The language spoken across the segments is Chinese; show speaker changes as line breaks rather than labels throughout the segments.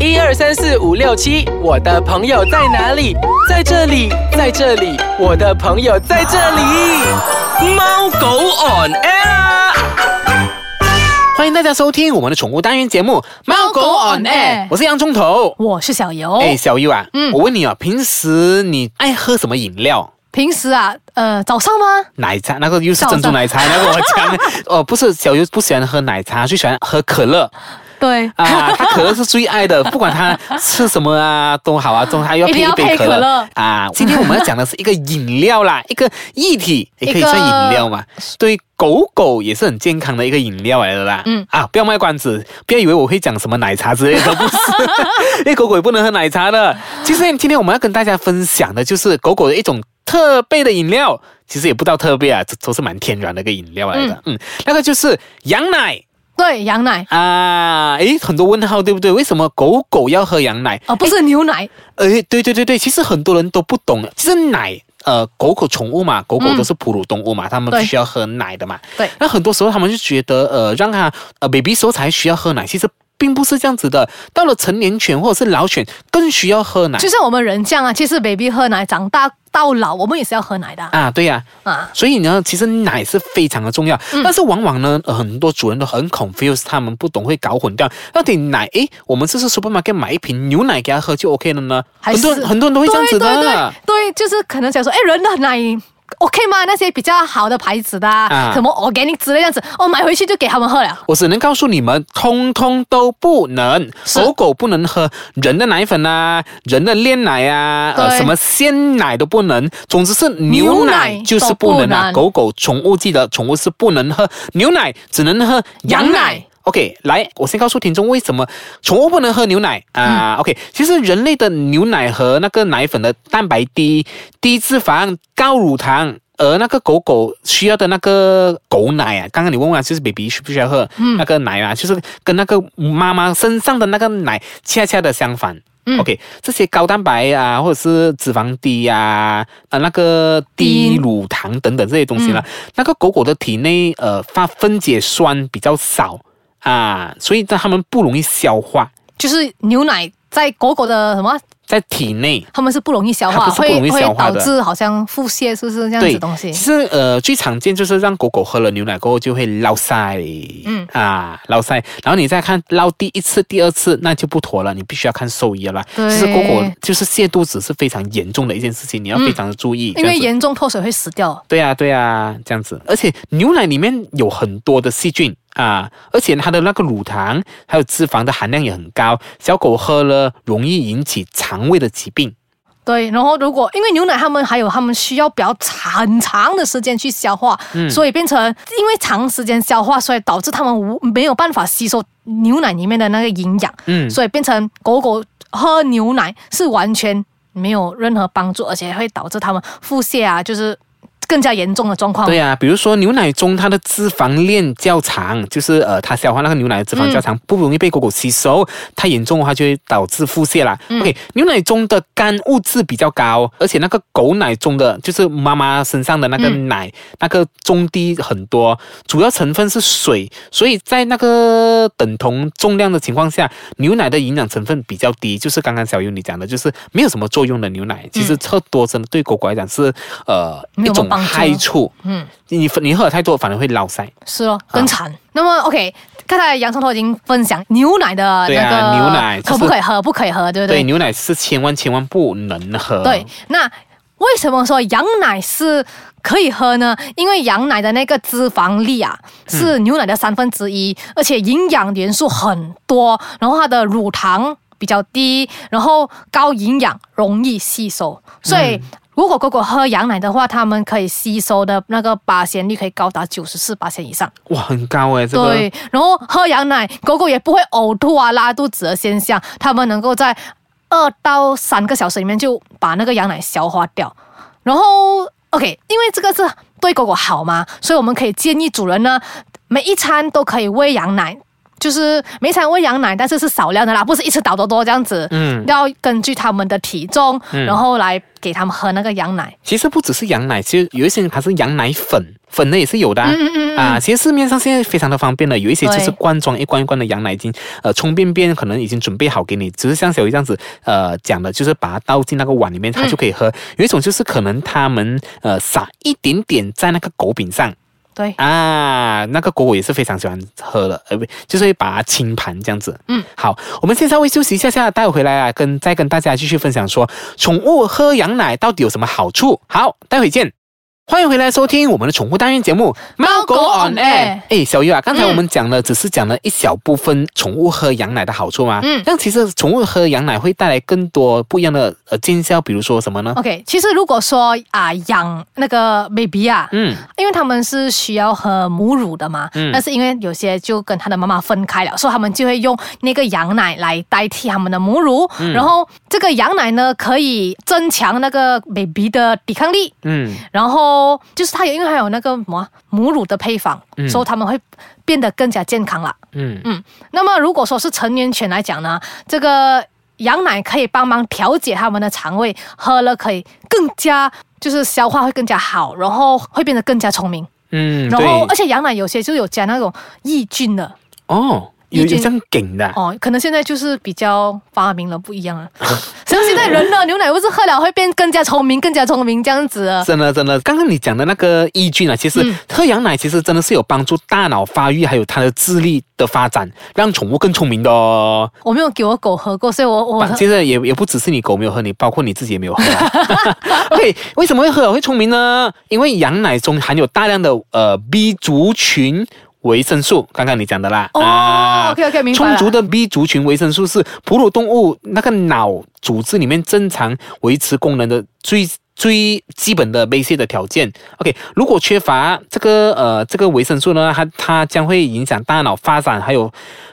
一二三四五六七，我的朋友在哪里？在这里，在这里，我的朋友在这里。
猫狗 on air 啊。
欢迎大家收听我们的宠物单元节目《猫狗 on air》，我是洋葱头。
我是小游。
哎，小优啊，
嗯
我问你啊，平时你爱喝什么饮料？
平时啊，呃，早上吗？
奶茶那个又是珍珠奶茶，那个我讲哦，不是小优不喜欢喝奶茶，最喜欢喝可乐
对，
啊，他可乐是最爱 的，不管他吃什么啊都好啊，都他要
一
配
定要
杯
配
可
可
乐
乐
啊。今天我们要讲的是一个饮料 啦，一个液体，也可以
一个
算饮料嘛，对狗狗也是很健康的一个饮料来的啦。
嗯
啊，不要卖关子，不要以为我会讲什么奶茶之类的， 不是，因为狗狗也不能喝奶茶的。其实今天我们要跟大家分享的就是狗狗的一种特备的饮料，其实也不到特备啊，这都是蛮天然的一个饮料来的。嗯那个就是羊奶
对，羊奶
啊，诶，很多问号对不对？为什么狗狗要喝羊奶？
哦，不是牛奶，
诶，对对对对，其实很多人都不懂，其实奶。呃，狗狗宠物嘛，狗狗都是哺乳动物嘛，它、们必
对
须要喝奶的嘛。
对
那很多时候他们就觉得，呃，让它呃 baby 时候才需要喝奶，其实并不是这样子的。到了成年犬或者是老犬更需要喝奶
就像我们人这样啊。其实 baby 喝奶，长大到老，我们也是要喝奶的啊
啊，对呀、
啊。
所以呢，其实奶是非常的重要，
嗯
但是往往呢，呃很多主人都很 confused，他们不懂会搞混掉，到底奶，诶，我们是不是 supermarket 买一瓶牛奶给他喝就 OK 了呢？
还
很多人
是
很多人都会这样子的。
对对对，就是可能想说，哎，人的奶 OK 吗？那些比较好的牌子的啊，
啊
什么 organic 之类这样子，哦，买回去就给他们喝了。
我只能告诉你们，通通都不能，
是
狗狗不能喝人的奶粉啊，人的炼奶啊，呃，
对
什么鲜奶都不能。总之是牛
牛
奶
奶
就是不能啊，
都不能
狗狗宠物记得，宠物是不能喝牛奶，只能喝羊
羊
奶
奶。
OK，来，我先告诉听众为什么宠物不能喝牛奶啊、OK，其实人类的牛奶和那个奶粉的蛋白低、低脂肪、高乳糖。而那个狗狗需要的那个狗奶啊，刚刚你问我啊就是 baby 需不需要喝、那个奶啊，就是跟那个妈妈身上的那个奶恰恰的相反。OK，这些高蛋白啊，或者是脂肪低啊，呃，那个低
低
乳糖等等这些东西啦，
嗯
那个狗狗的体内呃发分解酸比较少啊，所以它们不容易消化，
就是牛奶在狗狗的什么，
在体内。
他们是不容易消
它
化，
不是不容易消
会
化
导
的
致好像腹泻，是不是这样
对
子东，西
其？实呃最常见就是让狗狗喝了牛奶过后就会落腮，
嗯
啊落腮，然后你再看落第一次、第二次那就不妥了，你必须要看兽医了啦。
对
其实狗狗就是泻肚子是非常严重的一件事情，你要非常的注意。
嗯
这
因为
样子
严重脱水会死掉。
对啊，对啊，这样子。而且牛奶里面有很多的细菌啊，而且它的那个乳糖还有脂肪的含量也很高，小狗喝了容易引起肠胃的疾病。
对，然后如果因为牛奶，他们还有他们需要比较长很长的时间去消化，
嗯
所以变成因为长时间消化，所以导致他们无没有办法吸收牛奶里面的那个营养，
嗯，
所以变成狗狗喝牛奶是完全没有任何帮助，而且会导致他们腹泻啊，就是更加严重的状况。
对啊，比如说牛奶中它的脂肪链较长，就是呃它消化那个牛奶的脂
嗯
肪较长，不容易被狗狗吸收。太严重的话就会导致腹泻啦。OK，牛
嗯
奶中的干物质比较高，而且那个狗奶中的就是妈妈身上的那个
嗯
奶、那个中低很多，主要成分是水，所以在那个等同重量的情况下，牛奶的营养成分比较低，就是刚刚小优你讲的，就是没有什么作用的牛奶，其实喝多真的对狗狗来讲是呃
嗯没
一
有
种
帮助
害处。
嗯，
你你喝了太多反而会落腮。
是哦，更惨。那么 OK，刚才洋葱头已经分享牛奶的那
对
个、
啊牛奶就是
可不可以喝，不可以喝，对不
对，牛奶是千万千万不能喝。
对，那为什么说羊奶是可以喝呢？因为羊奶的那个脂肪粒啊是牛奶的三分之一，而且营养元素很多，然后它的乳糖比较低，然后高营养，容易吸收，所以。如果狗狗喝羊奶的话，它们可以吸收的那个八仙率可以高达九十四八仙以上。
哇，很高哎，这个。
对，然后喝羊奶，狗狗也不会呕吐啊、拉肚子的现象，它们能够在二到三个小时里面就把那个羊奶消化掉。然后，OK，因为这个是对狗狗好嘛，所以我们可以建议主人呢，每一餐都可以喂羊奶。就是每餐喂羊奶，但是是少量的啦，不是一次倒多多这样子。
嗯
要根据他们的体重，
嗯
然后来给他们喝那个羊奶。
其实不只是羊奶，其实有一些人它是羊奶粉，粉的也是有的啊。
嗯嗯嗯
啊，其实市面上现在非常的方便了，有一些就是
对
罐装一罐一罐的羊奶已经呃冲便便，可能已经准备好给你，只是像小鱼这样子呃讲的，就是把它倒进那个碗里
嗯
面，它就可以喝。有一种就是可能他们呃撒一点点在那个狗饼上
对，
啊，那个狗我也是非常喜欢喝的，呃不就是会把它清盘这样子。
嗯，
好，我们先稍微休息一下下，待会回来啊跟再跟大家继续分享说宠物喝羊奶到底有什么好处。好，待会见。欢迎回来收听我们的宠物单元节目《猫狗
狗
on
on
air
air》。
哎，小鱼啊，刚才
嗯
我们讲了，只是讲了一小部分宠物喝羊奶的好处嘛。
嗯
但其实宠物喝羊奶会带来更多不一样的呃见效，比如说什么呢？
OK，其实如果说啊养那个 baby 啊，
嗯，
因为他们是需要喝母乳的嘛，但是因为有些就跟他的妈妈分开了，所以他们就会用那个羊奶来代替他们的母乳，然后这个羊奶呢可以增强那个 baby 的抵抗力，
嗯，
然后就是它有因为还有那个什么母乳的配方，所以他们会变得更加健康啦。
嗯
嗯，那么如果说是成年犬来讲呢，这个羊奶可以帮忙调节他们的肠胃，喝了可以更加就是消化会更加好，然后会变得更加聪明。
嗯，
然
对
后而且羊奶有些就有加那种抑菌的
哦，有
已
有
经
这样梗的啊。
哦，可能现在就是比较发明了不一样 啊。像现在人呢，牛奶不是喝了会变更加聪明，更加聪明这样子啊。
真的真的，刚刚你讲的那个抑菌啊，其实
嗯
喝羊奶其实真的是有帮助大脑发育，还有它的智力的发展，让宠物更聪明的哦。
我没有给我狗喝过，所以我我
吧其实也也不只是你狗没有喝，你包括你自己也没有喝、啊。OK，为 什么会喝会聪明呢？因为羊奶中含有大量的呃 B 族群维生素，刚刚你讲的啦。啊
哦 OK，OK，明白
充
了
足的 B 族群维生素是哺乳动物那个脑组织里面正常维持功能的最。最基本的 basic 的条件，OK，如果缺乏这个呃这个维生素呢，它它将会影响大脑发展还有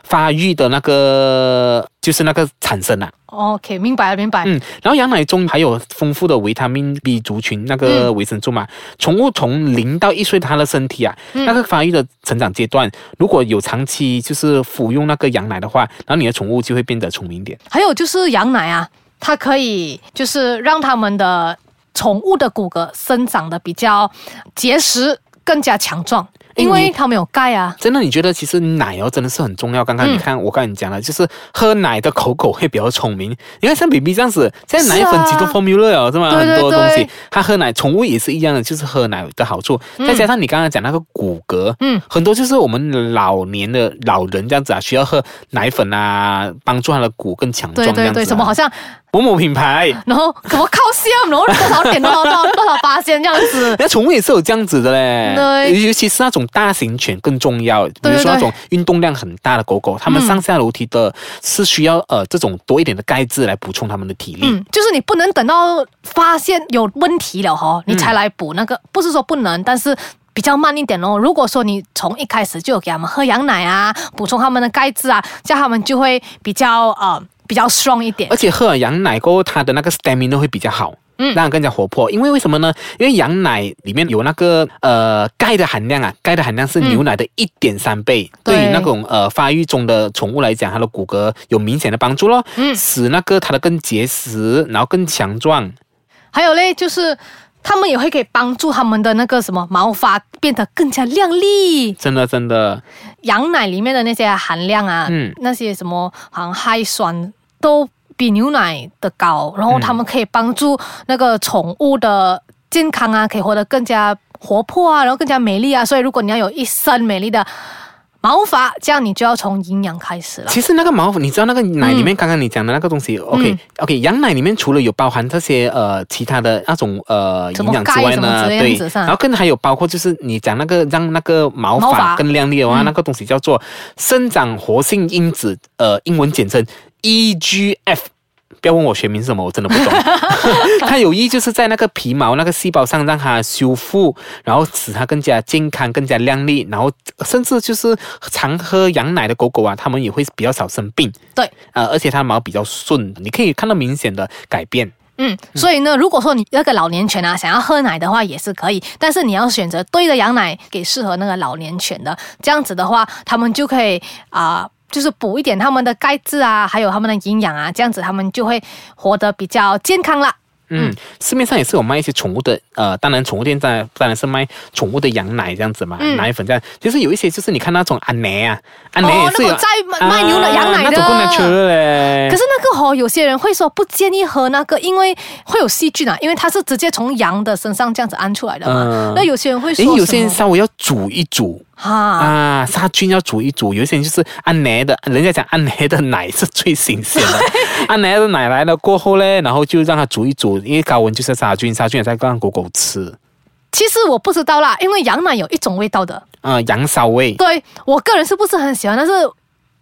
发育的那个就是那个产生啊，
OK 明白了明白。
嗯，然后羊奶中还有丰富的维他命 B 族群那个维生素嘛。宠物从零到一岁，它的身体啊，那个发育的成长阶段，如果有长期就是服用那个羊奶的话，然后你的宠物就会变得聪明一点。
还有就是羊奶啊，它可以就是让他们的宠物的骨骼生长的比较结实，更加强壮，
诶
因为
哎你
它们有钙啊。
真的，你觉得其实奶哦真的是很重要。刚
嗯
刚你看、我刚才讲了，就是喝奶的狗狗会比较聪明。你看像 baby 这样子，现在奶粉几
是
都
啊
formula 哦了，是吗？
对对
很多东西
对，
它喝奶，宠物也是一样的，就是喝奶的好处。再加上你刚刚讲那个骨骼，
嗯，
很多就是我们老年的老人这样子啊，需要喝奶粉啊，帮助他的骨更强壮这
对对
样子、啊。
对，什么好像，
某某品牌。
然后什么靠线，然后多少点多少多少多少八仙这样子。
那宠物也是有这样子的嘞，
对
尤其是那种大型犬更重要，比如
对对
说
对嗯
那种运动量很大的狗狗，它们上下楼梯的是需要呃这种多一点的钙质来补充它们的体力。
嗯，就是你不能等到发现有问题了哈，你才来补那个，不是说不能，但是。比较慢一点哦。如果说你从一开始就有给他们喝羊奶啊，补充他们的钙质啊，这样他们就会比较呃比较 strong 一点
而。且喝了羊奶过后，它的那个 stamina 会比较好，嗯，
嗯
让它更加活泼。因为为什么呢？因为羊奶里面有那个呃钙的含量啊，钙的含量是牛奶的一点三倍，
嗯对
对于那种呃发育中的宠物来讲，它的骨骼有明显的帮助咯，嗯，
嗯
使那个它的更结实，然后更强壮。
还有嘞，就是他们也会可以帮助他们的那个什么毛发变得更加亮丽。
真的，真的，
羊奶里面的那些含量啊，
嗯
那些什么好像氦酸都比牛奶的高，然后他们可以帮助那个宠物的健康啊，可以活得更加活泼啊，然后更加美丽啊。所以如果你要有一身美丽的毛发，这样你就要从营养开始了。嗯
其实那个毛，你知道那个奶里面，刚刚你讲的那个东西、o k OK，羊奶里面除了有包含这些呃其他的那种呃
什
营
么
养之
钙
外
什么
呢，
之类
对，
的是吧
然后更哦还有包括就是你讲那个让那个毛
毛
发嗯
发
更亮丽的话，那个东西叫做生长活性因子，呃，英文简称 EGF。不要问我学名是什么，我真的不 懂。它有益就是在那个皮毛那个细胞上让它修复，然后使它更加健康、更加亮丽，然后甚至就是常喝羊奶的狗狗啊，它们也会比较少生病。
对，
呃，而且它毛比较顺，你可以看到明显的改变。
嗯，所以呢，如果说你那个老年犬啊，想要喝奶的话也是可以，但是你要选择对的羊奶给适合那个老年犬的，这样子的话，他们就可以啊、就是补一点他们的钙质啊，还有他们的营养啊，这样子他们就会活得比较健康啦。
嗯，市面上也是有卖一些宠物的，呃，当然宠物店在当然是卖宠物的羊奶这样子嘛，
嗯
奶粉这样。其实有一些就是你看那种安奶啊，安奶也是有、啊
哦那种在卖牛奶羊奶的
那种更 natural 嘞。
可是那个哦，有些人会说不建议喝那个，因为会有细菌啊，因为它是直接从羊的身上这样子安出来的嘛。
嗯
那有些人会说
诶
什么，
有些人稍微要煮一煮。
哈，
啊，杀菌要煮一煮，有一些人就是按奶的，人家讲按奶的奶是最新鲜 的，按奶的奶来了过后嘞，然后就让它煮一煮，因为高温就是杀菌，杀菌也在让狗狗吃，
其实我不知道啦，因为羊奶有一种味道的，
啊、羊骚味，
对我个人是不是很喜欢，但是。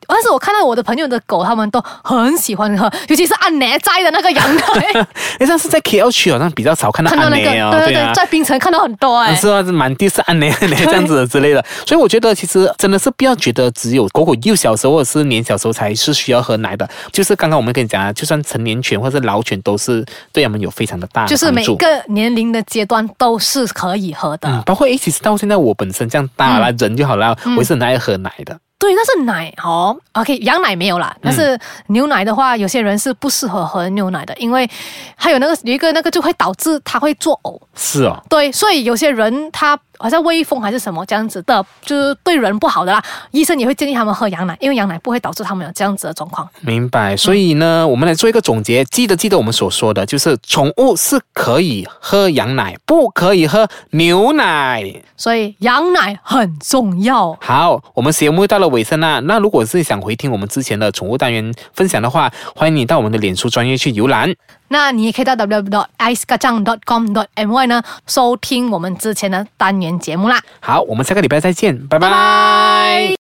但是我看到我的朋友的狗，他们都很喜欢喝，尤其是按奶摘的那个羊奶，
诶，但是在 KL 区好像比较少看到
看到
按
那个，
奶哦，
对对
啊
对，。在槟城看到 很多哎、
啊是啊，是满地是按奶按奶这样子的之 类的，所以我觉得其实真的是不要觉得只有狗狗幼小时候或者是年小时候才是需要喝奶的，就是刚刚我们跟你讲啊，就算成年犬或者是老犬都是对它们有非常的大的
就是每
帮助
个年龄的阶段都是可以喝的。
嗯，包括诶，其实到现在我本身这样大了，人就好了，我也是很爱喝奶的。
对，但是奶哦，OK，羊奶没有
嗯
啦。但是牛奶的话，有些人是不适合喝牛奶的，因为还有那个有一个那个就会导致他会作呕。
是哦，
对，所以有些人他好像胃风还是什么这样子的，就是对人不好的啦。医生也会建议他们喝羊奶，因为羊奶不会导致他们有这样子的状况。
明白。所以呢，我们来做一个总结，记得记得我们所说的，就是宠物是可以喝羊奶，不可以喝牛奶。
所以羊奶很重要。
好，我们节目到了尾声啦。那如果是想回听我们之前的宠物单元分享的话，欢迎你到我们的脸书专业去浏览。
那你也可以到 w i c e k a c a n g c o m m y 呢收听我们之前的单元节目啦。
好，我们下个礼拜再见，拜
拜
拜
拜。